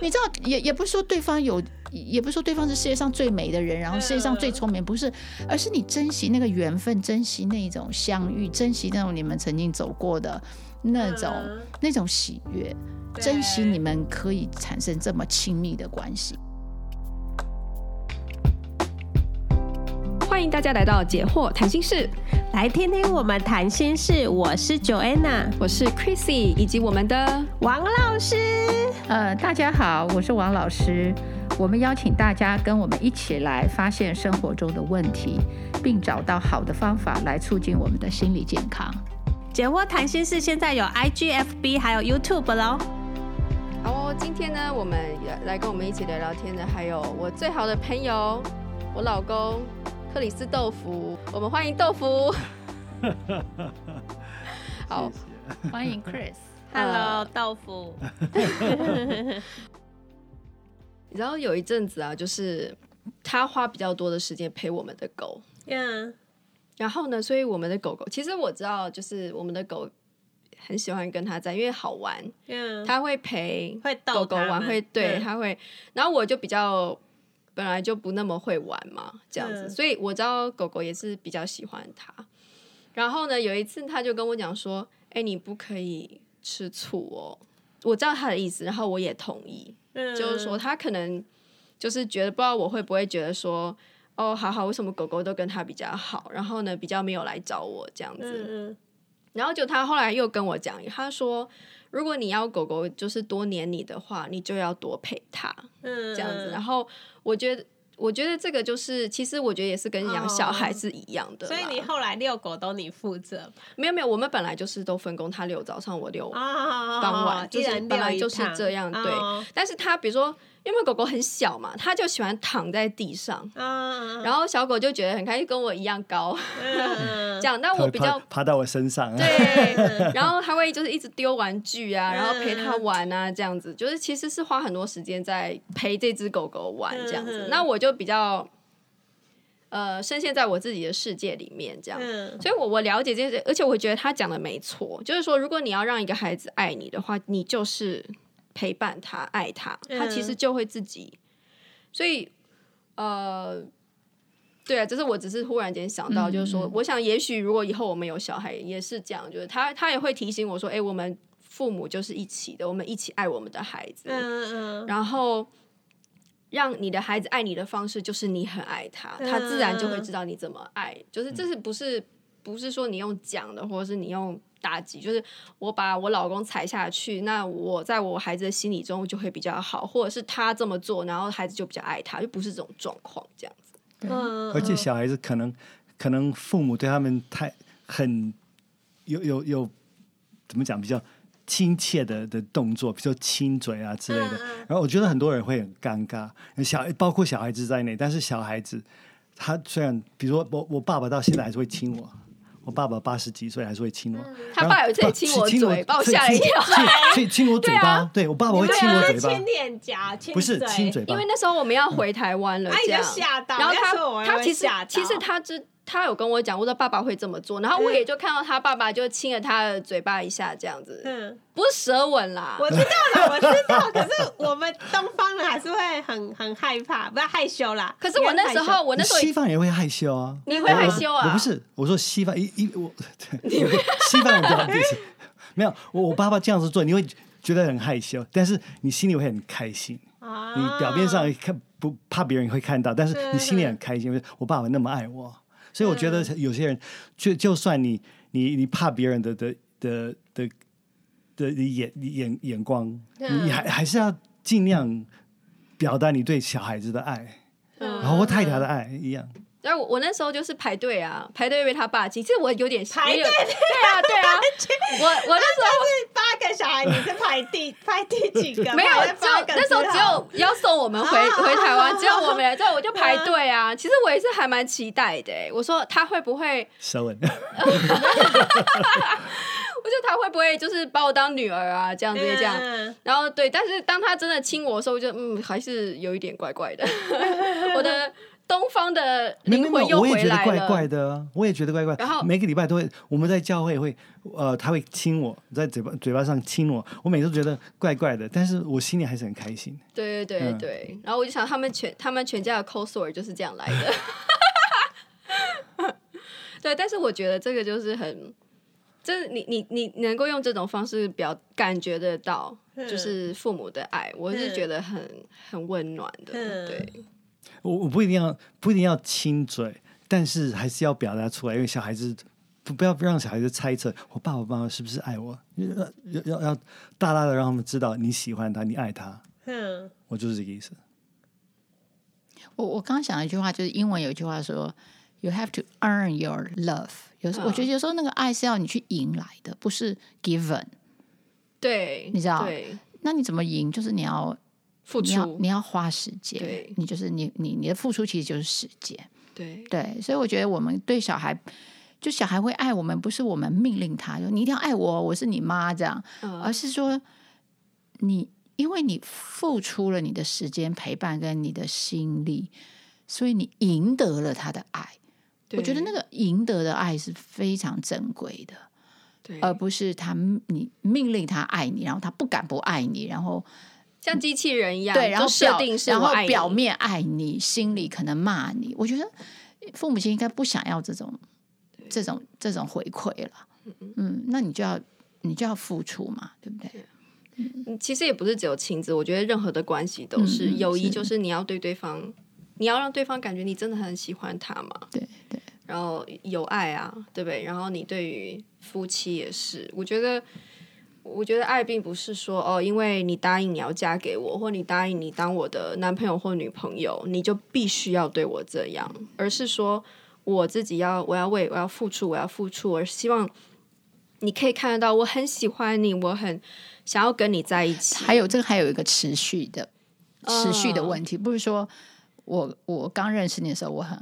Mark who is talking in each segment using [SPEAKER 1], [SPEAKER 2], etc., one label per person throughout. [SPEAKER 1] 你知道，也也不是说对方有，也不是说对方是世界上最美的人，然后世界上最聪明，不是，而是你珍惜那个缘分，珍惜那种相遇，珍惜那种你们曾经走过的那种、
[SPEAKER 2] 嗯
[SPEAKER 1] 那种喜悦，
[SPEAKER 2] 对
[SPEAKER 1] 珍惜你们可以产生这么亲密的关系。
[SPEAKER 3] 欢迎大家来到解惑谈心室，
[SPEAKER 4] 来听听我们谈心事。我是 Joanna
[SPEAKER 3] 我是 Chrissy，以及我们的
[SPEAKER 4] 王老师。
[SPEAKER 5] 呃，大家好，我是王老师。我们邀请大家跟我们一起来发现生活中的问题，并找到好的方法来促进我们的心理健康。
[SPEAKER 4] 解惑谈心事现在有 IGFB 还有 YouTube 喽。
[SPEAKER 3] 好哦，今天呢，我们也来跟我们一起聊聊天的，还有我最好的朋友，我老公克里斯豆腐，我们欢迎豆 腐。好，
[SPEAKER 1] 欢迎 Chris，
[SPEAKER 3] 呃
[SPEAKER 4] Hello，豆腐。
[SPEAKER 3] 然后有一阵子啊，就是他花比较多的时间陪我们的狗，
[SPEAKER 4] 嗯，
[SPEAKER 3] 然后呢，所以我们的狗狗，其实我知道，就是我们的狗很喜欢跟他在，因为好玩，
[SPEAKER 4] 嗯，
[SPEAKER 3] 他会陪
[SPEAKER 4] 会逗
[SPEAKER 3] 狗狗
[SPEAKER 4] 它
[SPEAKER 3] 玩，
[SPEAKER 4] 们
[SPEAKER 3] 会对
[SPEAKER 4] 嗯
[SPEAKER 3] 他会，然后我就比较本来就不那么会玩嘛，这样子，
[SPEAKER 4] 嗯
[SPEAKER 3] 所以我知道狗狗也是比较喜欢它。然后呢，有一次他就跟我讲说：“哎，你不可以吃醋哦。”我知道他的意思，然后我也同意，
[SPEAKER 4] 嗯
[SPEAKER 3] 就是说他可能就是觉得不知道我会不会觉得说。哦，好好，为什么狗狗都跟他比较好？然后呢，比较没有来找我这样子。
[SPEAKER 4] 嗯，嗯
[SPEAKER 3] 然后就他后来又跟我讲，他说，如果你要狗狗就是多黏你的话，你就要多陪它
[SPEAKER 4] 嗯，
[SPEAKER 3] 这样子。然
[SPEAKER 4] 后，
[SPEAKER 3] 后我觉得，我觉得这个就是，其实我觉得也是跟养小孩是一样的
[SPEAKER 4] 哦
[SPEAKER 3] 啦、
[SPEAKER 4] 所以你后来遛狗都你负责
[SPEAKER 3] 没有没有，我们本来就是都分工，他遛早上，我遛。
[SPEAKER 4] 啊
[SPEAKER 3] 傍晚就是
[SPEAKER 4] 一人
[SPEAKER 3] 本
[SPEAKER 4] 遛
[SPEAKER 3] 来
[SPEAKER 4] 一
[SPEAKER 3] 就是
[SPEAKER 4] 趟
[SPEAKER 3] 这样对
[SPEAKER 4] 哦
[SPEAKER 3] 但是他比如说，因为狗狗很小嘛，他就喜欢躺在地上，
[SPEAKER 4] 啊，
[SPEAKER 3] 然后小狗就觉得很开心，跟我一样高，
[SPEAKER 4] 嗯
[SPEAKER 3] 这样。那我比较
[SPEAKER 6] 爬爬到我身上，
[SPEAKER 3] 对，然后他会就是一直丢玩具啊，然后陪他
[SPEAKER 4] 嗯
[SPEAKER 3] 玩啊，这样子，就是其实是花很多时间在陪这只狗狗玩这样
[SPEAKER 4] 嗯
[SPEAKER 3] 子。
[SPEAKER 4] 嗯
[SPEAKER 3] 那我就比较呃深陷在我自己的世界里面这样。
[SPEAKER 4] 嗯
[SPEAKER 3] 所以我，我了解这些，而且我觉得他讲的没错，就是说，如果你要让一个孩子爱你的话，你就是陪伴他、爱他，他其实
[SPEAKER 1] 嗯
[SPEAKER 3] 就会自己。所以，呃，对啊，这是我只是忽然间想到，
[SPEAKER 1] 嗯
[SPEAKER 3] 就是说，
[SPEAKER 1] 嗯
[SPEAKER 3] 我想也许如果以后我们有小孩，也是这样，就是他他也会提醒我说，哎、我们父母就是一起的，我们一起爱我们的孩子，
[SPEAKER 4] 嗯嗯，
[SPEAKER 3] 然后。让你的孩子爱你的方式就是你很爱他，他自然就会知道你怎么爱。就是这是不是不是说你用讲的，或者是你用打击，就是我把我老公踩下去，那我在我孩子的心里中就会比较好，或者是他这么做，然后孩子就比较爱他，就不是这种状况这样子。
[SPEAKER 4] 嗯
[SPEAKER 6] 而且小孩子可能可能父母对他们太很有有有怎么讲比较亲切的的动作，比如说亲嘴啊之类
[SPEAKER 4] 嗯
[SPEAKER 3] 嗯
[SPEAKER 6] 的。然后我觉得很多人会很尴尬，小包括小孩子在内，但是小孩子他虽然比如说我我爸爸到现在还是会亲我。我爸爸八十几岁还是会亲我，
[SPEAKER 3] 嗯他
[SPEAKER 6] 然后
[SPEAKER 3] 爸有一次也亲我嘴把我吓一跳，啊
[SPEAKER 6] 亲 亲亲亲我嘴巴，对我爸爸会亲我嘴
[SPEAKER 4] 亲
[SPEAKER 6] 巴，
[SPEAKER 4] 脸颊，亲
[SPEAKER 6] 不是
[SPEAKER 4] 嘴
[SPEAKER 6] 亲嘴巴，
[SPEAKER 3] 因为那时候我们要回台湾了，
[SPEAKER 4] 哎
[SPEAKER 3] 这样
[SPEAKER 4] 你就吓到
[SPEAKER 3] 然后
[SPEAKER 4] 要是我
[SPEAKER 3] 他
[SPEAKER 4] 我
[SPEAKER 3] 他
[SPEAKER 4] 会
[SPEAKER 3] 其实
[SPEAKER 4] 吓到
[SPEAKER 3] 其实他知他有跟我讲，我的爸爸会这么做，然后我也就看到他爸爸就亲了他的嘴巴一下，这样子，
[SPEAKER 4] 嗯。
[SPEAKER 3] 不是舌吻啦。
[SPEAKER 4] 我知道了，我知道，可是我们东方人还是会很很害怕，不要害羞啦。
[SPEAKER 3] 可是我那时候，
[SPEAKER 4] 应
[SPEAKER 3] 我那时候
[SPEAKER 6] 西方也会害羞啊，
[SPEAKER 3] 你会害羞啊
[SPEAKER 6] 我不是，我说西方一一我， 对我西方人不好意思， 没有我我爸爸这样子做，你会觉得很害羞，但是你心里会很开心，
[SPEAKER 4] 该啊
[SPEAKER 6] 你表面上看不怕别人会看到，但是你心里很开心，因为我爸爸那么爱我，所以我觉得有些人就就算你你你怕别人的的的的的的眼眼眼光，
[SPEAKER 3] 嗯
[SPEAKER 6] 你还还是要尽量表达你对小孩子的爱，
[SPEAKER 3] 嗯
[SPEAKER 6] 然后太太的爱一样。
[SPEAKER 3] 然后我我那时候就是排队啊，排队被他爸亲，其实我有点
[SPEAKER 4] 排
[SPEAKER 3] 也
[SPEAKER 4] 队
[SPEAKER 3] 有对啊对啊，我我那时候
[SPEAKER 4] 是八个小孩，你是排第排第几个？
[SPEAKER 3] 没有
[SPEAKER 4] 排在，
[SPEAKER 3] 只
[SPEAKER 4] 八
[SPEAKER 3] 有
[SPEAKER 4] 个
[SPEAKER 3] 那时候
[SPEAKER 4] 之
[SPEAKER 3] 只
[SPEAKER 4] 后
[SPEAKER 3] 有要送我们
[SPEAKER 4] 啊
[SPEAKER 3] 回回台湾，只有我们俩，对，我就排队啊。其实我也是还蛮期待的、欸我说他会不会，
[SPEAKER 6] 舌吻，
[SPEAKER 3] 我就他会不会就是把我当女儿啊，这样子这样。
[SPEAKER 4] 嗯
[SPEAKER 3] 然后对，但是当他真的亲我的时候，我就嗯，还是有一点怪怪的。我的东方的
[SPEAKER 6] 没
[SPEAKER 3] 灵
[SPEAKER 6] 没
[SPEAKER 3] 魂
[SPEAKER 6] 没，
[SPEAKER 3] 又
[SPEAKER 6] 我也
[SPEAKER 3] 回
[SPEAKER 6] 觉得
[SPEAKER 3] 来
[SPEAKER 6] 怪怪
[SPEAKER 3] 了。
[SPEAKER 6] 的啊，我也觉得怪怪。
[SPEAKER 3] 然后
[SPEAKER 6] 每个礼拜都会，我们在教会会，呃，他会亲我，在嘴巴嘴巴上亲我，我每次都觉得怪怪的，但是我心里还是很开心。
[SPEAKER 3] 对对对
[SPEAKER 6] 嗯
[SPEAKER 3] 对，然后我就想他们全他们全家的 c o s o r 就是这样来 的。对，但是我觉得这个就是很，就是你你你能够用这种方式表感觉得到，
[SPEAKER 4] 嗯
[SPEAKER 3] 就是父母的爱，我是觉得很很温暖的。
[SPEAKER 4] 嗯
[SPEAKER 3] 对，
[SPEAKER 6] 我我不一定要不一定要亲嘴，但是还是要表达出来，因为小孩子不不要让小孩子猜测我爸爸妈妈是不是爱我，要要要要大大的让他们知道你喜欢他，你爱他，
[SPEAKER 4] 嗯，
[SPEAKER 6] 我就是这个意思。
[SPEAKER 1] 我我刚刚想了一句话，就是英文有一句话说，you have to earn your love。有时候、我
[SPEAKER 3] 嗯
[SPEAKER 1] 觉得有时候那个爱是要你去赢来的，不是 given。
[SPEAKER 3] 对，
[SPEAKER 1] 你知道
[SPEAKER 3] 对，
[SPEAKER 1] 那你怎么赢？就是你要
[SPEAKER 3] 付
[SPEAKER 1] 你要
[SPEAKER 3] 出
[SPEAKER 1] 你，要花时间，
[SPEAKER 3] 对
[SPEAKER 1] 你就是你你你的付出其实就是时间。
[SPEAKER 3] 对，
[SPEAKER 1] 对，所以我觉得我们对小孩，就小孩会爱我们，不是我们命令他，就你一定要爱我，我是你妈这样，
[SPEAKER 3] 嗯
[SPEAKER 1] 而是说你因为你付出了你的时间、陪伴跟你的心力，所以你赢得了他的爱。我觉得那
[SPEAKER 3] 个
[SPEAKER 1] 个赢得的爱是非常珍贵的。
[SPEAKER 3] 对，
[SPEAKER 1] 而不是他你命令他爱你，然后他不敢不爱你，然后
[SPEAKER 3] 像机器人一样，
[SPEAKER 1] 嗯对，然后
[SPEAKER 3] 就设
[SPEAKER 1] 表
[SPEAKER 3] 定是
[SPEAKER 1] 然
[SPEAKER 3] 我
[SPEAKER 1] 后
[SPEAKER 3] 爱你
[SPEAKER 1] 表面爱你，心里可能骂你。我觉得父母亲应该不想要这种这种这种回馈了。嗯，那你就要你就要付出嘛，对不对？
[SPEAKER 3] 嗯其实也不是只有亲子，我觉得任何的关系都是、
[SPEAKER 1] 嗯
[SPEAKER 3] 友谊，
[SPEAKER 1] 是
[SPEAKER 3] 就是你要对对方，你要让对方感觉你真的很喜欢他嘛，
[SPEAKER 1] 对对，
[SPEAKER 3] 然后有爱啊，对不对？然后你对于夫妻也是，我觉得。我觉得爱并不是说哦，因为你答应你要嫁给我，或你答应你当我的男朋友或女朋友，你就必须要对我这样，而是说我自己要，我要为我要付出，我要付出，而希望你可以看得到我很喜欢你，我很想要跟你在一起。
[SPEAKER 1] 还有这个还有一个持续的持续的
[SPEAKER 3] 嗯
[SPEAKER 1] 问题，不是说我我刚认识你的时候我很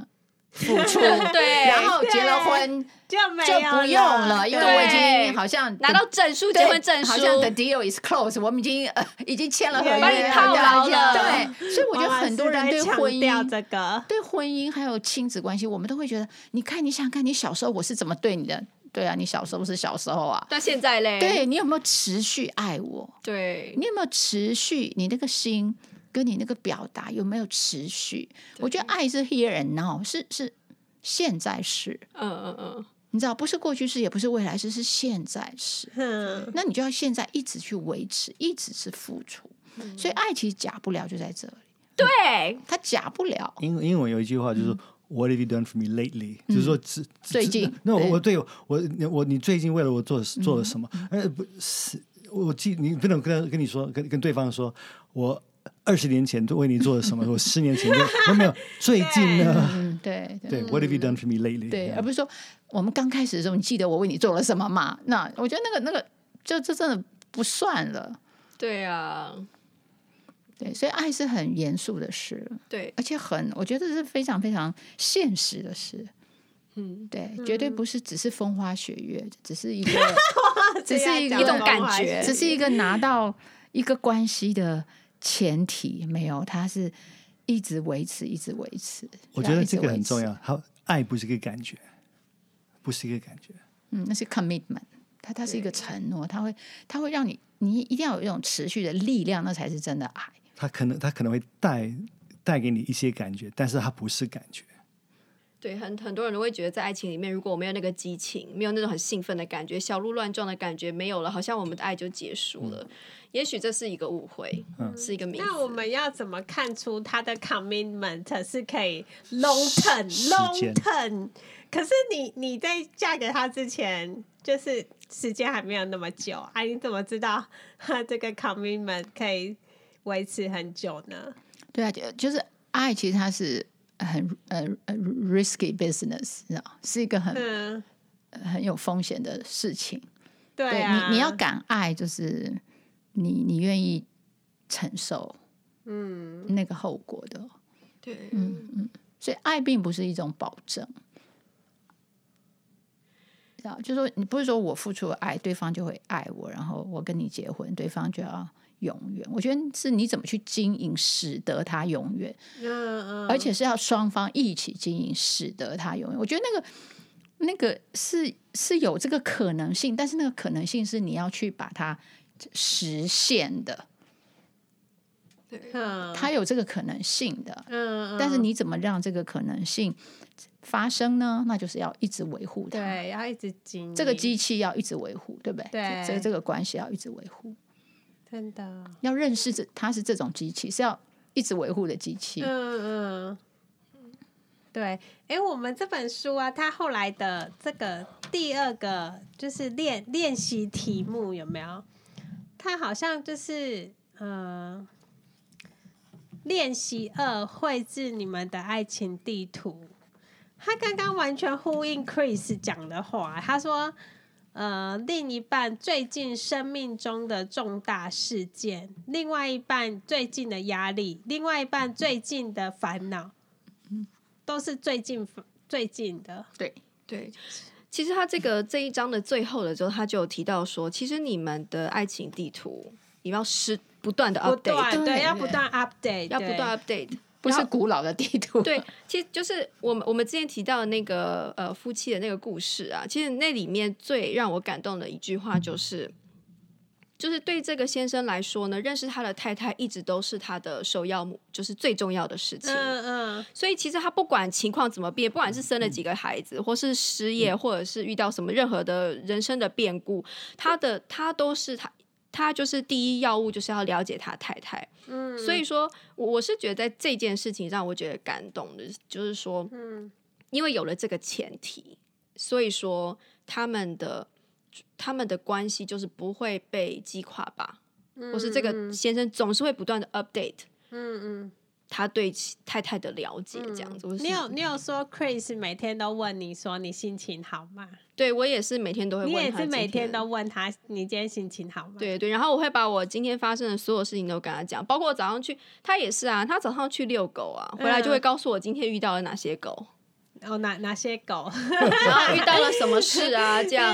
[SPEAKER 1] 付出，
[SPEAKER 3] 对
[SPEAKER 1] 然后结了婚
[SPEAKER 4] 就没
[SPEAKER 1] 就
[SPEAKER 4] 有
[SPEAKER 1] 不用了，因为我已
[SPEAKER 3] 对
[SPEAKER 1] 经好像
[SPEAKER 3] 拿到证书，
[SPEAKER 1] 对
[SPEAKER 3] 结婚证书，
[SPEAKER 1] 好像 the deal is closed，我们已经呃已经签了合约，
[SPEAKER 4] 把你套
[SPEAKER 3] 牢了
[SPEAKER 1] 对，所以我觉得
[SPEAKER 4] 妈妈
[SPEAKER 1] 很多人
[SPEAKER 4] 是在
[SPEAKER 1] 对
[SPEAKER 4] 强
[SPEAKER 1] 婚
[SPEAKER 4] 调
[SPEAKER 1] 姻、
[SPEAKER 4] 这个，
[SPEAKER 1] 对婚姻还有亲子关系，我们都会觉得，你看，你想想看，你小时候我是怎么对你的？对啊，你小时候是小时候啊，
[SPEAKER 3] 到现在嘞，
[SPEAKER 1] 对你有没有持续爱我？
[SPEAKER 3] 对
[SPEAKER 1] 你有没有持续你那个心跟你那个表达有没有持续？我觉得爱是 here and now，是是现在是，
[SPEAKER 3] 嗯嗯嗯，
[SPEAKER 1] 你知道，不是过去式，也不是未来式，是现在式。
[SPEAKER 4] 嗯，
[SPEAKER 1] 那你就要现在一直去维持，一直是付出。所以爱其实假不了，就在这里，
[SPEAKER 3] 对，
[SPEAKER 1] 它假不了。
[SPEAKER 6] 英英文有一句话就是说、What have you done for me lately？、就是说只只
[SPEAKER 1] 嗯最近
[SPEAKER 6] 那我
[SPEAKER 1] 对嗯
[SPEAKER 6] 我对我我你最近为了我做做了什么？而不是我记你不能跟跟你说跟跟对方说我二十年前为你做了什么，我十年前就我没有最近呢？
[SPEAKER 1] 嗯，对对
[SPEAKER 6] 对，What have you done for me lately？嗯
[SPEAKER 1] 对，而
[SPEAKER 6] 不
[SPEAKER 1] 不是说我们刚开始的时候，你记得我为你做了什么嘛？那我觉得那个那个，就这真的不算了。
[SPEAKER 3] 对啊，
[SPEAKER 1] 对，所以爱是很严肃的事，
[SPEAKER 3] 对，
[SPEAKER 1] 而且很，我觉得是非常非常现实的事。
[SPEAKER 3] 嗯，
[SPEAKER 1] 对，绝对不是只是风花雪月，只是 一个只是一个
[SPEAKER 4] 这
[SPEAKER 3] 一
[SPEAKER 4] 样
[SPEAKER 3] 种
[SPEAKER 4] 讲
[SPEAKER 3] 感
[SPEAKER 4] 我还
[SPEAKER 3] 觉，
[SPEAKER 1] 只是一个拿到一个关系的前提，没有，它是一直维持，一直维持。
[SPEAKER 6] 我觉得
[SPEAKER 1] 一直
[SPEAKER 6] 这个很
[SPEAKER 1] 维持
[SPEAKER 6] 重。要。好，爱不是一个感觉，不是一个感觉。
[SPEAKER 1] 嗯，那是 commitment，它它是一个承诺，它会它会让你你一定要有一种持续的力量，那才是真的爱。
[SPEAKER 6] 他可能他可能会带带给你一些感觉，但是它不是感觉。
[SPEAKER 3] 对，很很多人都会觉得在爱情里面，如果我没有那个激情，没有那种很兴奋的感觉，小鹿乱撞的感觉没有了，好像我们的爱就结束了。也许这是一个误会，是一个迷思。
[SPEAKER 4] 那我们要怎么看出他的 commitment 是可以 long term
[SPEAKER 6] 间
[SPEAKER 4] long term？可是你你在嫁给他之前，就是时间还没有那么久啊，你怎么知道 他这个 commitment 可以维持很久呢？
[SPEAKER 1] 对啊，就就是爱，其实它是很呃呃 risky business，你知道，是一个很
[SPEAKER 4] 嗯，
[SPEAKER 1] 很有风险的事情。
[SPEAKER 4] 对
[SPEAKER 1] 对
[SPEAKER 4] 啊，
[SPEAKER 1] 你你要敢爱，就是你你愿意承受嗯那个后果的。
[SPEAKER 3] 对，
[SPEAKER 4] 嗯
[SPEAKER 1] 所以爱并不是一种保证，道，就是说你不是说我付出了爱，对方就会爱我，然后我跟你结婚，对方就要永远。我觉得是你怎么去经营，使得他永远，
[SPEAKER 4] 嗯嗯，
[SPEAKER 1] 而且是要双方一起经营，使得他永远。我觉得那个那个是是有这个可能性，但是那个可能性是你要去把它实现的，
[SPEAKER 4] 嗯
[SPEAKER 1] 它有这个可能性的。
[SPEAKER 4] 嗯，嗯
[SPEAKER 1] 但是你怎么让这个可能性发生呢？那就是要一直维护它。
[SPEAKER 4] 对要一直经
[SPEAKER 1] 这个
[SPEAKER 4] 营
[SPEAKER 1] 机器要一直维护，对不对？
[SPEAKER 4] 对
[SPEAKER 1] 这这这个关系要一直维护，
[SPEAKER 4] 真的，
[SPEAKER 1] 要认识这它是这种机器，是要一直维护的机器。
[SPEAKER 4] 嗯嗯，对，哎，我们这本书啊，它后来的这个第二个就是练练习题目有没有？它好像就是嗯、呃练习二绘制你们的爱情地图。他刚刚完全呼应 Chris 讲的话，他说：“呃，另一半最近生命中的重大事件，另外一半最近的压力，另外一半最近的烦恼，都是最近最近的。
[SPEAKER 1] 对，
[SPEAKER 3] 对，其实他这个这一章的最后的时候，他就有提到说，其实你们的爱情地图，你们要是不断的
[SPEAKER 4] 不
[SPEAKER 3] update，
[SPEAKER 1] 对
[SPEAKER 4] 断对，要不断 update，
[SPEAKER 3] 要不
[SPEAKER 4] 对
[SPEAKER 3] 断 update。
[SPEAKER 1] 不是古老的地图。
[SPEAKER 3] 对，其实就是我们我们之前提到的那个呃夫妻的那个故事啊，其实那里面最让我感动的一句话就是，就是对这个先生来说呢，认识他的太太一直都是他的首要目，就是最重要的事情。
[SPEAKER 4] 嗯嗯，
[SPEAKER 3] 所以其实他不管情况怎么变，不管是生了几个孩子，或是失业，或者是遇到什么任何的人生的变故，他的他都是他。他就是第一要务，就是要了解他太太。嗯，所以说，我我是觉得在这件事情让我觉得感动的，就是说，嗯，因为有了这个前提，所以说他们的他们的关系就是不会被击垮吧，或是这个先生总是会不断的 update，他嗯对其太太的了解，这样子。我是
[SPEAKER 4] 你有你有说 Chris 每天都问你说你心情好吗？
[SPEAKER 3] 对我也是每天都会问
[SPEAKER 4] 你
[SPEAKER 3] 他
[SPEAKER 4] 也
[SPEAKER 3] 今天，
[SPEAKER 4] 是每天都问他你今天心情好吗？
[SPEAKER 3] 对对，然后我会把我今天发生的所有事情都跟他讲，包括早上去，他也是啊，他早上去遛狗啊，回来就会
[SPEAKER 4] 嗯
[SPEAKER 3] 告诉我今天遇到了哪些狗，
[SPEAKER 4] 哦，哪哪些狗？
[SPEAKER 3] 然后遇到了什么事啊，这 样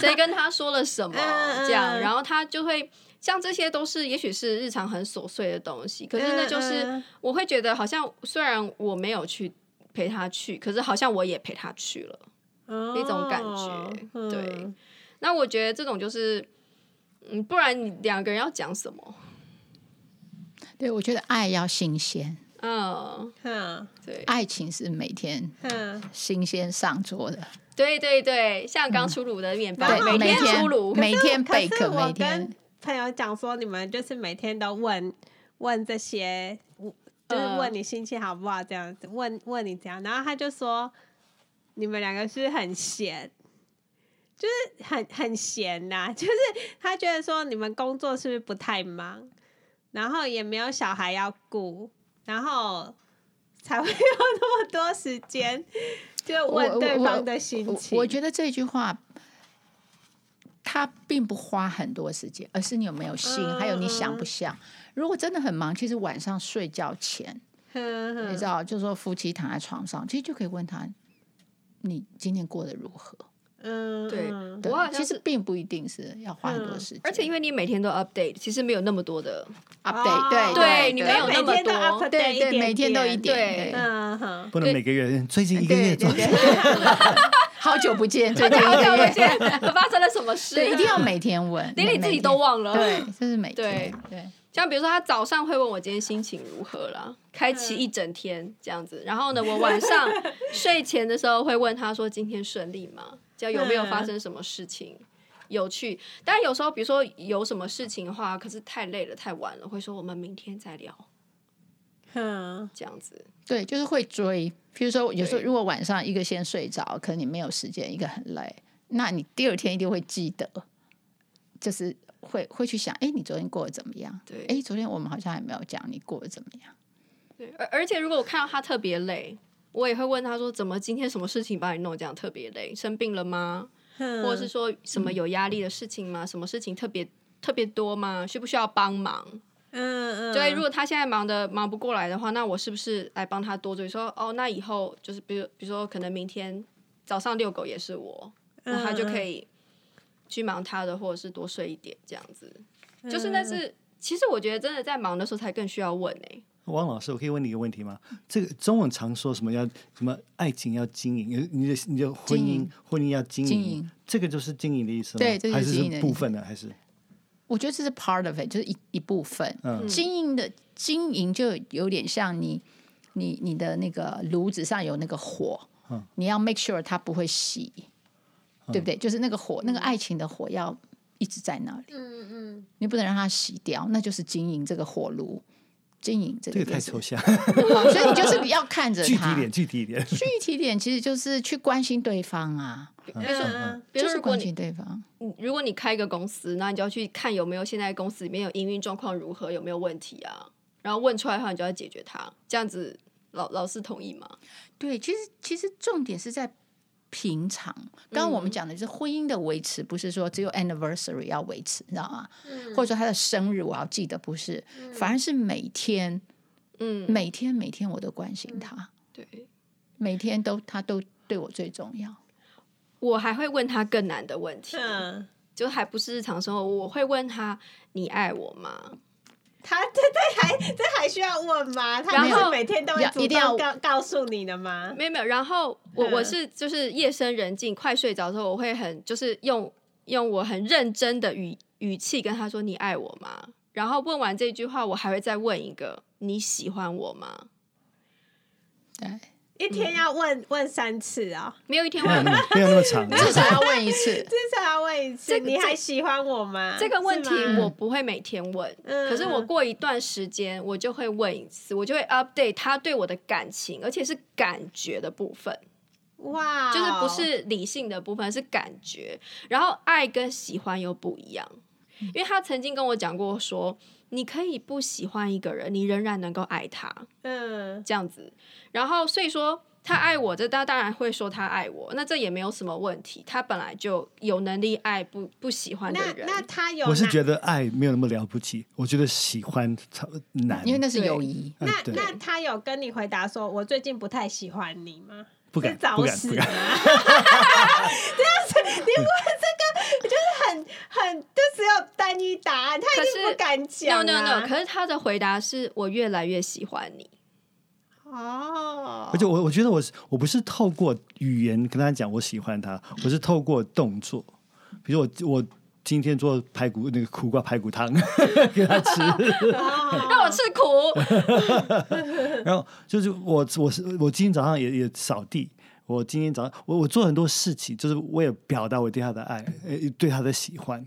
[SPEAKER 3] 谁跟他说了什么，
[SPEAKER 4] 嗯嗯
[SPEAKER 3] 这样，
[SPEAKER 4] 嗯
[SPEAKER 3] 然后他就会。像这些都是，也许是日常很琐碎的东西，可是那就是
[SPEAKER 4] 嗯
[SPEAKER 3] 我会觉得好像，虽然我没有去陪他去，可是好像我也陪他去了。
[SPEAKER 4] 那
[SPEAKER 3] 种感
[SPEAKER 4] 哦
[SPEAKER 3] 觉
[SPEAKER 4] 嗯
[SPEAKER 3] 对那我觉得这种就是，嗯，不然你两个人要讲什么？
[SPEAKER 1] 对我觉得爱要新鲜，
[SPEAKER 3] 嗯，
[SPEAKER 4] 嗯
[SPEAKER 3] 对，
[SPEAKER 1] 爱情是每天
[SPEAKER 4] 嗯。
[SPEAKER 1] 新鲜上桌的，
[SPEAKER 3] 对对对，像刚出炉的面包，
[SPEAKER 4] 然后
[SPEAKER 1] 嗯对，每
[SPEAKER 3] 天出炉，
[SPEAKER 1] 每天
[SPEAKER 4] 可是
[SPEAKER 1] bake，
[SPEAKER 4] 我
[SPEAKER 1] 每
[SPEAKER 4] 跟
[SPEAKER 1] 天
[SPEAKER 4] 朋友讲说，你们就是每天都问问这些，就是
[SPEAKER 1] 嗯
[SPEAKER 4] 问你心情好不好这样子，问问你怎样，然后他就说你们两个是不是很闲，就是很很闲呐、 就是他觉得说你们工作是不是不太忙，然后也没有小孩要顾，然后才会有 那么多时间。就
[SPEAKER 1] 我
[SPEAKER 4] 问
[SPEAKER 1] 我
[SPEAKER 4] 对
[SPEAKER 1] 我
[SPEAKER 4] 方的心
[SPEAKER 1] 我
[SPEAKER 4] 情，
[SPEAKER 1] 我觉得这句话。他并不花很多时间，而是你有没有心，
[SPEAKER 4] 嗯
[SPEAKER 1] 还有你想不想。如果真的很忙，其实晚上睡觉前
[SPEAKER 4] 哼哼
[SPEAKER 1] 你知道，就是说夫妻躺在床上，其实就可以问他，你今天过得如何？
[SPEAKER 4] 嗯，
[SPEAKER 3] 对
[SPEAKER 4] 嗯
[SPEAKER 1] 对
[SPEAKER 3] 我好，像
[SPEAKER 1] 其实
[SPEAKER 3] 是
[SPEAKER 1] 并不一定是要花很多时间，
[SPEAKER 3] 而且因为你每天都 update，其实没有那么多的，
[SPEAKER 1] update
[SPEAKER 4] 哦
[SPEAKER 1] 对
[SPEAKER 3] 对你
[SPEAKER 1] 对
[SPEAKER 3] 没有
[SPEAKER 4] 每
[SPEAKER 3] 那么
[SPEAKER 4] 天都
[SPEAKER 3] 多
[SPEAKER 4] update
[SPEAKER 1] 对
[SPEAKER 4] 一
[SPEAKER 1] 对，
[SPEAKER 4] 点
[SPEAKER 1] 每天都
[SPEAKER 4] 点
[SPEAKER 1] 一
[SPEAKER 3] 对
[SPEAKER 1] 点，
[SPEAKER 4] 嗯哼，
[SPEAKER 6] 不能每个月，最近一
[SPEAKER 1] 对啊
[SPEAKER 6] 个
[SPEAKER 1] 对
[SPEAKER 6] 月
[SPEAKER 1] 对
[SPEAKER 6] 做
[SPEAKER 1] 对，对 好久不 见，最近一个
[SPEAKER 3] 我
[SPEAKER 1] 月，
[SPEAKER 3] 天，发生了什么事？
[SPEAKER 1] 对，一定要每天问，
[SPEAKER 3] 连你自
[SPEAKER 1] 每
[SPEAKER 3] 己都。忘了。
[SPEAKER 1] 每天对，这是每天
[SPEAKER 3] 对
[SPEAKER 1] 对
[SPEAKER 3] 像比如说，他早上会问我今天心情如何啦，开启一整天这样子。然 后呢，我晚上睡前的时候会问他说今天顺利吗？就有没有发生什么事情有趣？但有时候，比如说有什么事情的话，可是太累了、太晚了，会说我们明天再聊
[SPEAKER 4] 嗯
[SPEAKER 3] 这样子。
[SPEAKER 1] 对，就是会追。比如说，有时候
[SPEAKER 3] 对
[SPEAKER 1] 如果晚上一个先睡着，可能你没有时间，一个很累，那你第二天一定会记得，就是会会去想，哎，你昨天过得怎么样？
[SPEAKER 3] 对
[SPEAKER 1] 哎，昨天我们好像还没有讲你过得怎么样。
[SPEAKER 3] 对，而而且如果我看到他特别累，我也会问他说怎么今天什么事情把你弄得这样特别累？生病了吗？
[SPEAKER 1] 嗯
[SPEAKER 4] 哼，
[SPEAKER 3] 或者是说什么有压力的事情吗？什么事情特别特别多吗？需不需要帮忙？
[SPEAKER 4] 嗯嗯，
[SPEAKER 3] 对，如果他现在忙的忙不过来的话，那我是不是来帮他多做？说哦，那以后就是比如比如说，可能明天早上遛狗也是我，
[SPEAKER 1] 嗯
[SPEAKER 3] 那他就可以去忙他的，或者是多睡一点这样子。
[SPEAKER 1] 嗯
[SPEAKER 3] 就是那是，其实我觉得真的在忙的时候才更需要问哎、
[SPEAKER 6] 汪老师，我可以问你一个问题吗？这个中文常说什么要什么爱情要经营，有你的你的婚
[SPEAKER 1] 经
[SPEAKER 6] 姻
[SPEAKER 1] 营
[SPEAKER 6] 婚姻要经
[SPEAKER 1] 经营
[SPEAKER 6] 这个就是经营的意思吗？
[SPEAKER 1] 对这就是
[SPEAKER 6] 还是
[SPEAKER 1] 经营的意思
[SPEAKER 6] 是部分的，还是
[SPEAKER 1] 我觉得这是 part of it，就是一一部分。
[SPEAKER 6] 嗯
[SPEAKER 1] 经营的经营就有点像你你你的那个炉子上有那个火，
[SPEAKER 6] 嗯
[SPEAKER 1] 你要 make sure 它不会熄，对不对？就是那个火，那个爱情的火要一直在那里，
[SPEAKER 4] 嗯嗯，
[SPEAKER 1] 你不能让它熄掉，那就是经营这个火炉。经营这
[SPEAKER 6] 这
[SPEAKER 1] 个
[SPEAKER 6] 个太
[SPEAKER 1] 意思
[SPEAKER 6] 抽象，
[SPEAKER 1] 所以你就是要看着
[SPEAKER 6] 具体
[SPEAKER 1] 他。
[SPEAKER 6] 点，具体点。
[SPEAKER 1] 具体点其实就是去关心对方啊，
[SPEAKER 4] 嗯嗯
[SPEAKER 3] 比如
[SPEAKER 1] 就
[SPEAKER 3] 说
[SPEAKER 1] 是
[SPEAKER 3] 如果
[SPEAKER 1] 关
[SPEAKER 3] 你
[SPEAKER 1] 心对方。
[SPEAKER 3] 你嗯如果你开一个公司，那你就要去看有没有现在公司里面有营运状况如何，有没有问题啊，然后问出来的话，你就要解决它。这样子老老师同意吗？
[SPEAKER 1] 对，其实其实重点是在平常。刚刚我们讲的就是婚姻的维持，不是说只有 anniversary 要维持，你知道吗？或者说他的生日我要记得，不是，反而是每天
[SPEAKER 3] 嗯，
[SPEAKER 1] 每天每天我都关心他，
[SPEAKER 3] 对。
[SPEAKER 1] 每天都他都对我最重要。
[SPEAKER 3] 我还会问他更难的问题，
[SPEAKER 4] 嗯，
[SPEAKER 3] 就还不是日常生活，我会问他：“你爱我吗
[SPEAKER 4] 他这这还这还需要问吗？他
[SPEAKER 3] 然
[SPEAKER 4] 不是
[SPEAKER 3] 后
[SPEAKER 4] 每天都会
[SPEAKER 1] 要
[SPEAKER 4] 主
[SPEAKER 1] 一定要
[SPEAKER 4] 动告告诉你的吗？”？
[SPEAKER 3] 没有没有。然后我
[SPEAKER 4] 嗯
[SPEAKER 3] 我是就是夜深人静快睡着的时候，我会很就是用用我很认真的语语气跟他说：“你爱我吗？”然后问完这句话，我还会再问一个：“你喜欢我吗
[SPEAKER 1] 对，
[SPEAKER 4] 一
[SPEAKER 1] 嗯
[SPEAKER 4] 天要问问三次哦，？”
[SPEAKER 3] 没有一 天
[SPEAKER 6] 没有
[SPEAKER 3] 问
[SPEAKER 6] 那么没有那么长，
[SPEAKER 1] 至少要问一次。
[SPEAKER 4] 至少要问一次。
[SPEAKER 3] 这个
[SPEAKER 4] 你还
[SPEAKER 3] 这
[SPEAKER 4] 喜欢我吗？
[SPEAKER 3] 这个问题
[SPEAKER 4] 啊是吗
[SPEAKER 3] 我不会每天问，
[SPEAKER 4] 嗯
[SPEAKER 3] 可是我过一段时间我就会问一次，我就会 update 他对我的感情，而且是感觉的部分，
[SPEAKER 4] 哇哦，
[SPEAKER 3] 就是不是理性的部分，是感觉。然后爱跟喜欢又不一样，
[SPEAKER 4] 嗯
[SPEAKER 3] 因为他曾经跟我讲过说，你可以不喜欢一个人，你仍然能够爱他。
[SPEAKER 4] 嗯
[SPEAKER 3] 这样子。然后所以说他爱我，这他当然会说他爱我，那这也没有什么问题。他本来就有能力爱不不喜欢的
[SPEAKER 4] 那
[SPEAKER 3] 人，
[SPEAKER 4] 那他有
[SPEAKER 6] 我是
[SPEAKER 4] 哪
[SPEAKER 6] 觉得爱没有那么了不起，我觉得喜欢超难，
[SPEAKER 1] 因为那是
[SPEAKER 3] 对
[SPEAKER 1] 友谊，
[SPEAKER 6] 嗯
[SPEAKER 4] 那
[SPEAKER 6] 对
[SPEAKER 4] 那他有跟你回答说，我最近不太喜欢你吗？
[SPEAKER 6] 不
[SPEAKER 4] 是
[SPEAKER 6] 敢不
[SPEAKER 4] 找
[SPEAKER 6] 敢
[SPEAKER 4] 死啊
[SPEAKER 6] 不
[SPEAKER 4] 吗？
[SPEAKER 6] 敢，
[SPEAKER 4] 很很就只有单一答案，他
[SPEAKER 3] 可
[SPEAKER 4] 一
[SPEAKER 3] 是
[SPEAKER 4] 定不敢讲、啊。
[SPEAKER 3] no no no，可是他的回答是我越来越喜欢你。
[SPEAKER 4] 哦，
[SPEAKER 6] 而且我我觉得我是我不是透过语言跟他讲我喜欢他，我是透过动作，比如我我今天做排骨那个苦瓜排骨汤 给他吃，
[SPEAKER 4] 哦
[SPEAKER 3] 让我吃苦，
[SPEAKER 6] 然后就是我我是我今天早上也也扫地。我今天早上，我我做很多事情，就是为了表达我对他的爱，呃，对他的喜欢，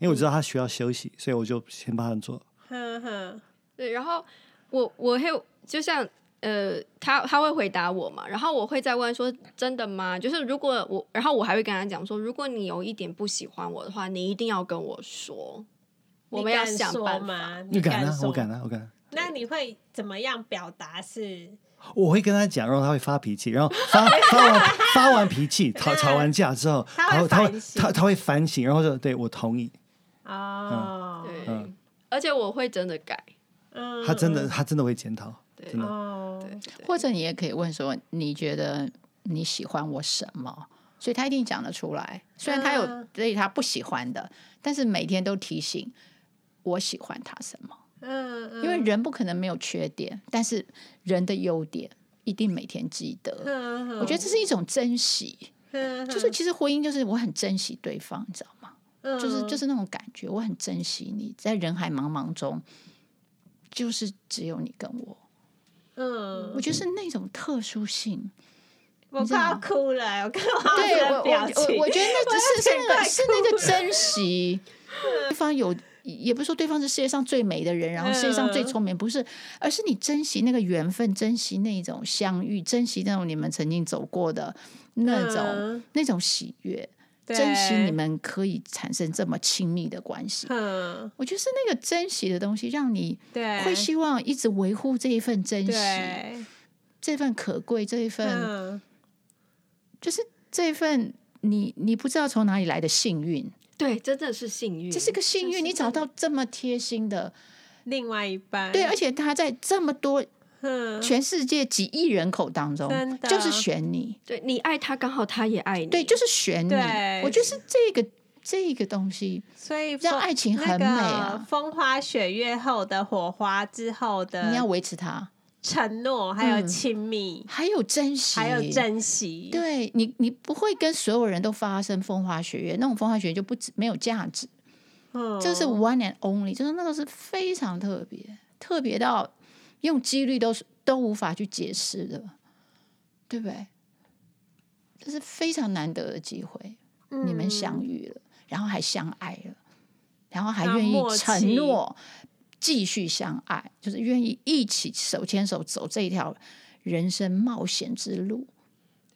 [SPEAKER 6] 因为我知道他需要休息，所以我就先帮他做。
[SPEAKER 4] 哼哼，
[SPEAKER 3] 对，然后我我会就像呃，他他会回答我嘛，然后我会再问说真的吗？就是如果我，然后我还会跟他讲说，如果你有一点不喜欢我的话，你一定要跟我说， 我们要
[SPEAKER 4] 你敢
[SPEAKER 3] 想
[SPEAKER 4] 说
[SPEAKER 3] 办法。
[SPEAKER 4] 吗？
[SPEAKER 6] 你敢啊？
[SPEAKER 4] 说
[SPEAKER 6] 我敢啊！我敢啊、
[SPEAKER 4] 那你会怎么样表达是？
[SPEAKER 6] 我会跟他讲，然后他会发脾气，然后发 发完发完脾气，吵吵完架之后，
[SPEAKER 4] 他会
[SPEAKER 6] 然后他
[SPEAKER 4] 反省
[SPEAKER 6] 他他会反省，然后说对我同意，
[SPEAKER 4] 哦，
[SPEAKER 3] 对，
[SPEAKER 6] 嗯
[SPEAKER 3] 而且我会真的改。
[SPEAKER 4] 嗯
[SPEAKER 6] 他真的他真的会检讨，
[SPEAKER 3] 对
[SPEAKER 6] 真的
[SPEAKER 4] 哦，
[SPEAKER 3] 对，
[SPEAKER 1] 或者你也可以问说，你觉得你喜欢我什么？所以他一定讲得出来。虽然他有
[SPEAKER 4] 嗯
[SPEAKER 1] 对他不喜欢的，但是每天都提醒我喜欢他什么。
[SPEAKER 4] 嗯嗯，
[SPEAKER 1] 因为人不可能没有缺点，但是人的优点一定每天记得。
[SPEAKER 4] 嗯哼
[SPEAKER 1] 我觉得这是一种珍惜，
[SPEAKER 4] 嗯
[SPEAKER 1] 就是其实婚姻就是我很珍惜对方，你知道吗？
[SPEAKER 4] 哼
[SPEAKER 1] 就是就是那种感觉，我很珍惜你，在人海茫茫中，就是只有你跟我，
[SPEAKER 4] 嗯，
[SPEAKER 1] 我觉得是那种特殊性。
[SPEAKER 4] 我快要哭了，我看我
[SPEAKER 1] 对我
[SPEAKER 4] 的啊表情，
[SPEAKER 1] 我我我觉得那只是
[SPEAKER 4] 我有
[SPEAKER 1] 是
[SPEAKER 4] 点
[SPEAKER 1] 那
[SPEAKER 4] 快
[SPEAKER 1] 个是那个珍惜，对方有也不是说对方是世界上最美的人，然后世界上最聪明，不
[SPEAKER 4] 嗯
[SPEAKER 1] 是，而是你珍惜那个缘分，珍惜那一种相遇，珍惜那种你们曾经走过的那种、
[SPEAKER 4] 嗯
[SPEAKER 1] 那种喜悦，
[SPEAKER 4] 对
[SPEAKER 1] 珍惜你们可以产生这么亲密的关系。
[SPEAKER 4] 嗯，
[SPEAKER 1] 我觉得是那个珍惜的东西，让你
[SPEAKER 4] 对，
[SPEAKER 1] 会希望一直维护这一份珍惜，
[SPEAKER 4] 对，
[SPEAKER 1] 这份可贵，这一份、
[SPEAKER 4] 嗯，
[SPEAKER 1] 就是这份你你不知道从哪里来的幸运，
[SPEAKER 3] 对，真的是幸运，
[SPEAKER 1] 这是个幸运，你找到这么贴心的，
[SPEAKER 4] 另外一半，
[SPEAKER 1] 对，而且他在这么多
[SPEAKER 4] 哼，
[SPEAKER 1] 全世界几亿人口当中
[SPEAKER 4] 真，的
[SPEAKER 1] 就是选你，
[SPEAKER 3] 对你爱他，刚好他也爱你。
[SPEAKER 1] 对，就是选你。
[SPEAKER 4] 对
[SPEAKER 1] 我觉得是这个这个东西，
[SPEAKER 4] 所以
[SPEAKER 1] 让
[SPEAKER 4] 风
[SPEAKER 1] 爱情很美
[SPEAKER 4] 那个
[SPEAKER 1] 啊！
[SPEAKER 4] 风花雪月后的火花之后
[SPEAKER 1] 你要
[SPEAKER 4] 的
[SPEAKER 1] 维持它，
[SPEAKER 4] 承诺，还有
[SPEAKER 1] 嗯
[SPEAKER 4] 亲密，
[SPEAKER 1] 还有珍惜，
[SPEAKER 4] 还有珍惜，
[SPEAKER 1] 对你，你不会跟所有人都发生风花雪月，那种风花雪月就不止没有价值。
[SPEAKER 4] 嗯，
[SPEAKER 1] 这是 one and only，就是那个是非常特别，特别到用几率都是都无法去解释的，对不对？这是非常难得的机会，你
[SPEAKER 4] 嗯
[SPEAKER 1] 们相遇了，然后还相爱了，然后还
[SPEAKER 4] 那
[SPEAKER 1] 愿意
[SPEAKER 4] 默契
[SPEAKER 1] 承诺继续相爱，就是愿意一起手牵手走这一条人生冒险之路。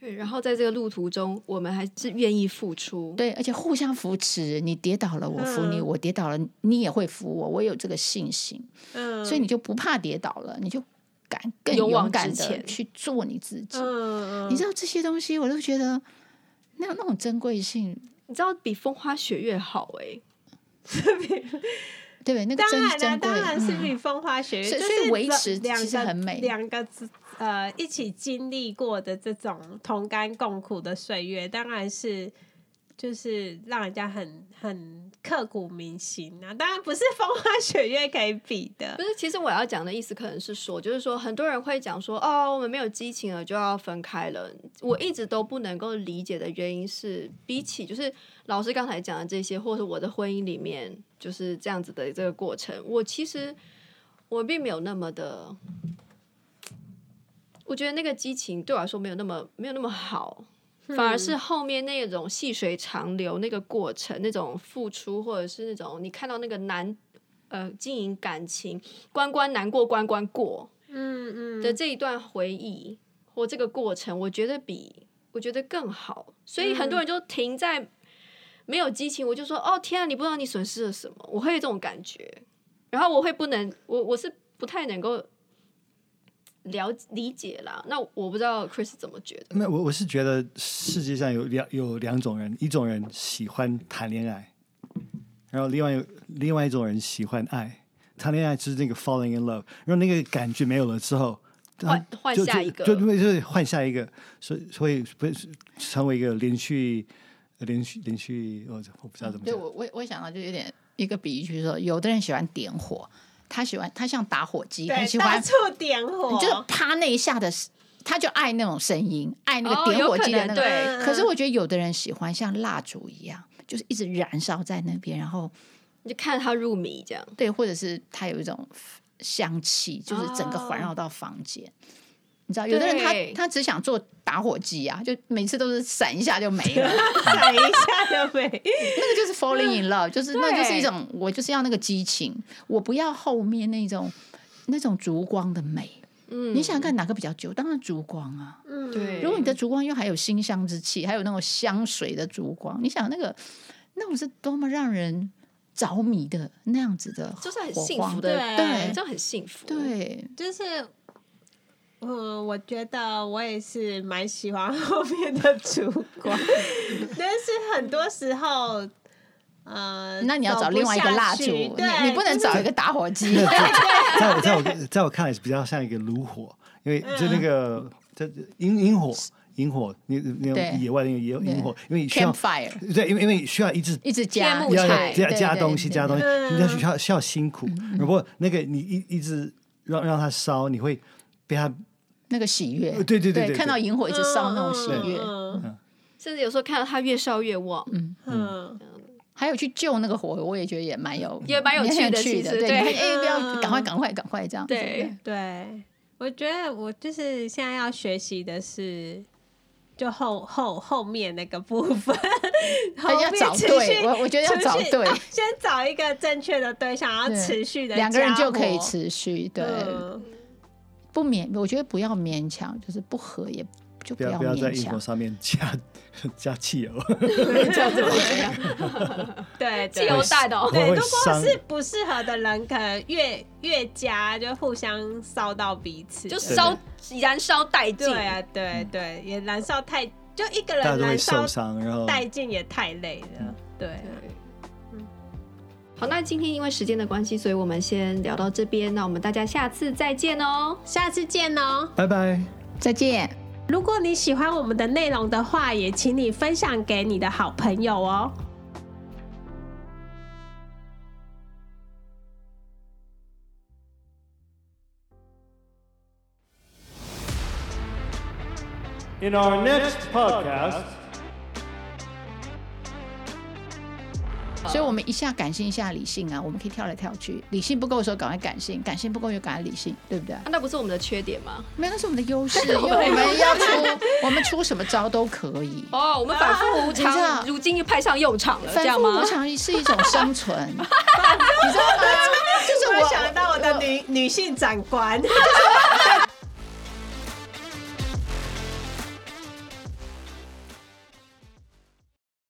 [SPEAKER 3] 对，然后在这个路途中，我们还是愿意付出。
[SPEAKER 1] 对，而且互相扶持，你跌倒了我扶你，
[SPEAKER 4] 嗯
[SPEAKER 1] 我跌倒了你也会扶我，我有这个信心。
[SPEAKER 4] 嗯，
[SPEAKER 1] 所以你就不怕跌倒了，你就敢更
[SPEAKER 3] 勇往
[SPEAKER 1] 勇敢
[SPEAKER 3] 直
[SPEAKER 1] 的
[SPEAKER 3] 前
[SPEAKER 1] 去做你自己。
[SPEAKER 4] 嗯，嗯，
[SPEAKER 1] 你知道这些东西，我都觉得那那种珍贵性，
[SPEAKER 3] 你知道比风花雪月好哎、
[SPEAKER 1] 对不对？那个
[SPEAKER 4] 当
[SPEAKER 1] 珍
[SPEAKER 4] 然啦、
[SPEAKER 1] 珍贵，
[SPEAKER 4] 当然是比
[SPEAKER 1] 嗯
[SPEAKER 4] 风花雪月，
[SPEAKER 1] 所以
[SPEAKER 4] 就
[SPEAKER 1] 所以
[SPEAKER 4] 是
[SPEAKER 1] 维
[SPEAKER 4] 两
[SPEAKER 1] 持
[SPEAKER 4] 两
[SPEAKER 1] 其实
[SPEAKER 4] 个
[SPEAKER 1] 很美
[SPEAKER 4] 两个呃一起经历过的这种同甘共苦的岁月，当然是。就是让人家很很刻骨铭心啊！当然不是风花雪月可以比的
[SPEAKER 3] 不，是，其实我要讲的意思可能是说，就是说很多人会讲说，哦，我们没有激情了就要分开了。我一直都不能够理解的原因是，比起就是老师刚才讲的这些，或者我的婚姻里面就是这样子的这个过程，我其实我并没有那么的，我觉得那个激情对我来说没有那么没有那么好。反而是后面那种细水长流那个过程，那种付出，或者是那种你看到那个难呃经营感情，关关难过关关过
[SPEAKER 4] 嗯嗯，
[SPEAKER 3] 的这一段回忆或这个过程，我觉得比我觉得更好，所以
[SPEAKER 4] 嗯
[SPEAKER 3] 很多人就停在没有激情，我就说哦天啊，你不知道你损失了什么，我会有这种感觉，然后我会不能，我我是不太能够了理解啦。那我不知道 Chris 怎么觉得，
[SPEAKER 6] 那我我是觉得世界上有两有两种人，一种人喜欢谈恋爱，然后另外有另外一种人喜欢爱。谈恋爱就是那个 falling in love，然后那个感觉没有了之后，
[SPEAKER 3] 换
[SPEAKER 6] 他
[SPEAKER 3] 换
[SPEAKER 6] 就
[SPEAKER 3] 下一个
[SPEAKER 6] 啊就就就是换下一个，所以所以不是成为一个连续连续连续，我我不知道怎么
[SPEAKER 1] 对
[SPEAKER 6] 讲。
[SPEAKER 1] 我我我想到就有点一个比喻，就是说，有的人喜欢点火，他喜欢他像打火机，很喜
[SPEAKER 4] 对，到
[SPEAKER 1] 欢，
[SPEAKER 4] 处点火，
[SPEAKER 1] 你就是啪那一下的，他就爱那种声音，爱那
[SPEAKER 3] 哦
[SPEAKER 1] 个点
[SPEAKER 3] 有
[SPEAKER 1] 火
[SPEAKER 3] 可
[SPEAKER 1] 机的那
[SPEAKER 3] 能
[SPEAKER 1] 个
[SPEAKER 3] 对
[SPEAKER 4] 嗯
[SPEAKER 1] 可是我觉得有的人喜欢像蜡烛一样，就是一直燃烧在那边，然后
[SPEAKER 3] 你就看他入迷这样。
[SPEAKER 1] 对，或者是它有一种香气，就是整个环绕到房间。你知道，有的人他
[SPEAKER 3] 哦对
[SPEAKER 1] 他只想做打火机啊，就每次都是闪一下就没 了，
[SPEAKER 4] 闪一下就 没。
[SPEAKER 1] 那个就是 falling in love，就是那
[SPEAKER 3] 对
[SPEAKER 1] 就是一种我就是要那个激情，我不要后面那种那种烛光的美。
[SPEAKER 3] 嗯
[SPEAKER 1] 你想想看哪个比较久？当然烛光啊。
[SPEAKER 4] 嗯，
[SPEAKER 3] 对
[SPEAKER 1] 如果你的烛光又还有馨香之气，还有那种香水的烛光，你想那个那种是多么让人着迷的那样子的火光，
[SPEAKER 3] 就是很幸福的，
[SPEAKER 4] 对
[SPEAKER 1] 对
[SPEAKER 3] 这样很幸福。，
[SPEAKER 1] 对，
[SPEAKER 4] 就是，嗯，我觉得我也是蛮喜欢后面的主管，但是很多时候，呃，
[SPEAKER 1] 那你要找另外一个蜡烛，
[SPEAKER 4] 走
[SPEAKER 1] 你
[SPEAKER 4] 不下去对，
[SPEAKER 1] 你不能找一个打火 机。
[SPEAKER 6] 在我在我在我看来是比较像一个炉火，因为就那个这萤萤火萤火，你那
[SPEAKER 1] 对
[SPEAKER 6] 种野外那个野
[SPEAKER 1] 对
[SPEAKER 6] 萤火，因为你需要
[SPEAKER 1] Campfire
[SPEAKER 6] 对，因为因为需要一直
[SPEAKER 1] 一直加
[SPEAKER 3] 天幕
[SPEAKER 6] 要
[SPEAKER 3] 木
[SPEAKER 6] 要
[SPEAKER 3] 柴
[SPEAKER 6] 加加
[SPEAKER 1] 对
[SPEAKER 6] 东西
[SPEAKER 1] 对
[SPEAKER 6] 加东西，
[SPEAKER 4] 对
[SPEAKER 6] 你要需要需要辛苦。如果那个你一一直让让它烧，你会被它
[SPEAKER 1] 那个喜悦，
[SPEAKER 6] 呃对对对对对
[SPEAKER 1] 看到萤火一直烧那种喜
[SPEAKER 6] 对
[SPEAKER 1] 悦，
[SPEAKER 4] 嗯
[SPEAKER 3] 甚至有时候看到他越烧越旺，
[SPEAKER 4] 嗯，
[SPEAKER 1] 还有去救那个火，我也觉得也蛮有
[SPEAKER 3] 也蛮有
[SPEAKER 1] 也
[SPEAKER 3] 趣
[SPEAKER 1] 很
[SPEAKER 3] 的
[SPEAKER 1] 趣
[SPEAKER 3] 其
[SPEAKER 1] 的，
[SPEAKER 3] 实
[SPEAKER 1] 对，
[SPEAKER 3] 对
[SPEAKER 1] 你看哎，不
[SPEAKER 4] 嗯
[SPEAKER 1] 要赶快赶快赶快这样子，
[SPEAKER 3] 对
[SPEAKER 1] 对
[SPEAKER 4] 对，我觉得我就是现在要学习的是。就后后后面那个部 分，后
[SPEAKER 1] 要
[SPEAKER 4] 面
[SPEAKER 1] 找
[SPEAKER 4] 持
[SPEAKER 1] 对
[SPEAKER 4] 续
[SPEAKER 1] 我我觉得要
[SPEAKER 4] 持
[SPEAKER 1] 找
[SPEAKER 4] 续
[SPEAKER 1] 对
[SPEAKER 4] 啊先找一个正确的对象，然后持续的
[SPEAKER 1] 两个人就可以持续，对，
[SPEAKER 4] 嗯
[SPEAKER 1] 不勉，我觉得不要勉强，就是不合也就
[SPEAKER 6] 不要不要在
[SPEAKER 1] 勉
[SPEAKER 6] 萤
[SPEAKER 1] 强
[SPEAKER 6] 火，上面 加加汽油，
[SPEAKER 3] 这样子怎么样？
[SPEAKER 4] 对，
[SPEAKER 3] 汽
[SPEAKER 4] 对
[SPEAKER 3] 油大的哦，
[SPEAKER 4] 对， 如
[SPEAKER 6] 会会
[SPEAKER 4] 果
[SPEAKER 6] 伤
[SPEAKER 4] 是不适合的人，可能越越加就互相烧到彼此，
[SPEAKER 3] 就烧燃烧殆尽
[SPEAKER 4] 对。啊，对对，也燃烧太，就一个
[SPEAKER 6] 嗯大家
[SPEAKER 4] 人
[SPEAKER 6] 都会嗯
[SPEAKER 4] 燃烧
[SPEAKER 6] 受伤，然后
[SPEAKER 4] 殆尽也太累了，对啊，
[SPEAKER 3] 对
[SPEAKER 4] 嗯
[SPEAKER 3] 好，那今天因为时间的关系，所以我们先聊到这边。那我们大家下次再见哦。
[SPEAKER 4] 下次见哦！
[SPEAKER 6] 拜拜。
[SPEAKER 1] 再见。
[SPEAKER 4] 如果你喜欢我们的内容的话，也请你分享给你的好朋友哦。
[SPEAKER 2] In our next podcast,
[SPEAKER 1] 所以我们一下感性，一下理性啊，我们可以跳来跳去。理性不够的时候，赶快感性；感性不够，又赶快理性，对不对？
[SPEAKER 3] 啊那不是我们的缺点吗？
[SPEAKER 1] 没有，那是我们的优 势，因为我们要出，我们出什么招都可以。
[SPEAKER 3] 哦，我们反复无
[SPEAKER 1] 你知道
[SPEAKER 3] 常，如今又派上用场了，这
[SPEAKER 1] 反
[SPEAKER 3] 样
[SPEAKER 1] 复
[SPEAKER 3] 吗
[SPEAKER 1] 无？常是一种生存，你知道吗？就是
[SPEAKER 4] 我
[SPEAKER 1] 我
[SPEAKER 4] 想到我的女女性长官，
[SPEAKER 1] 我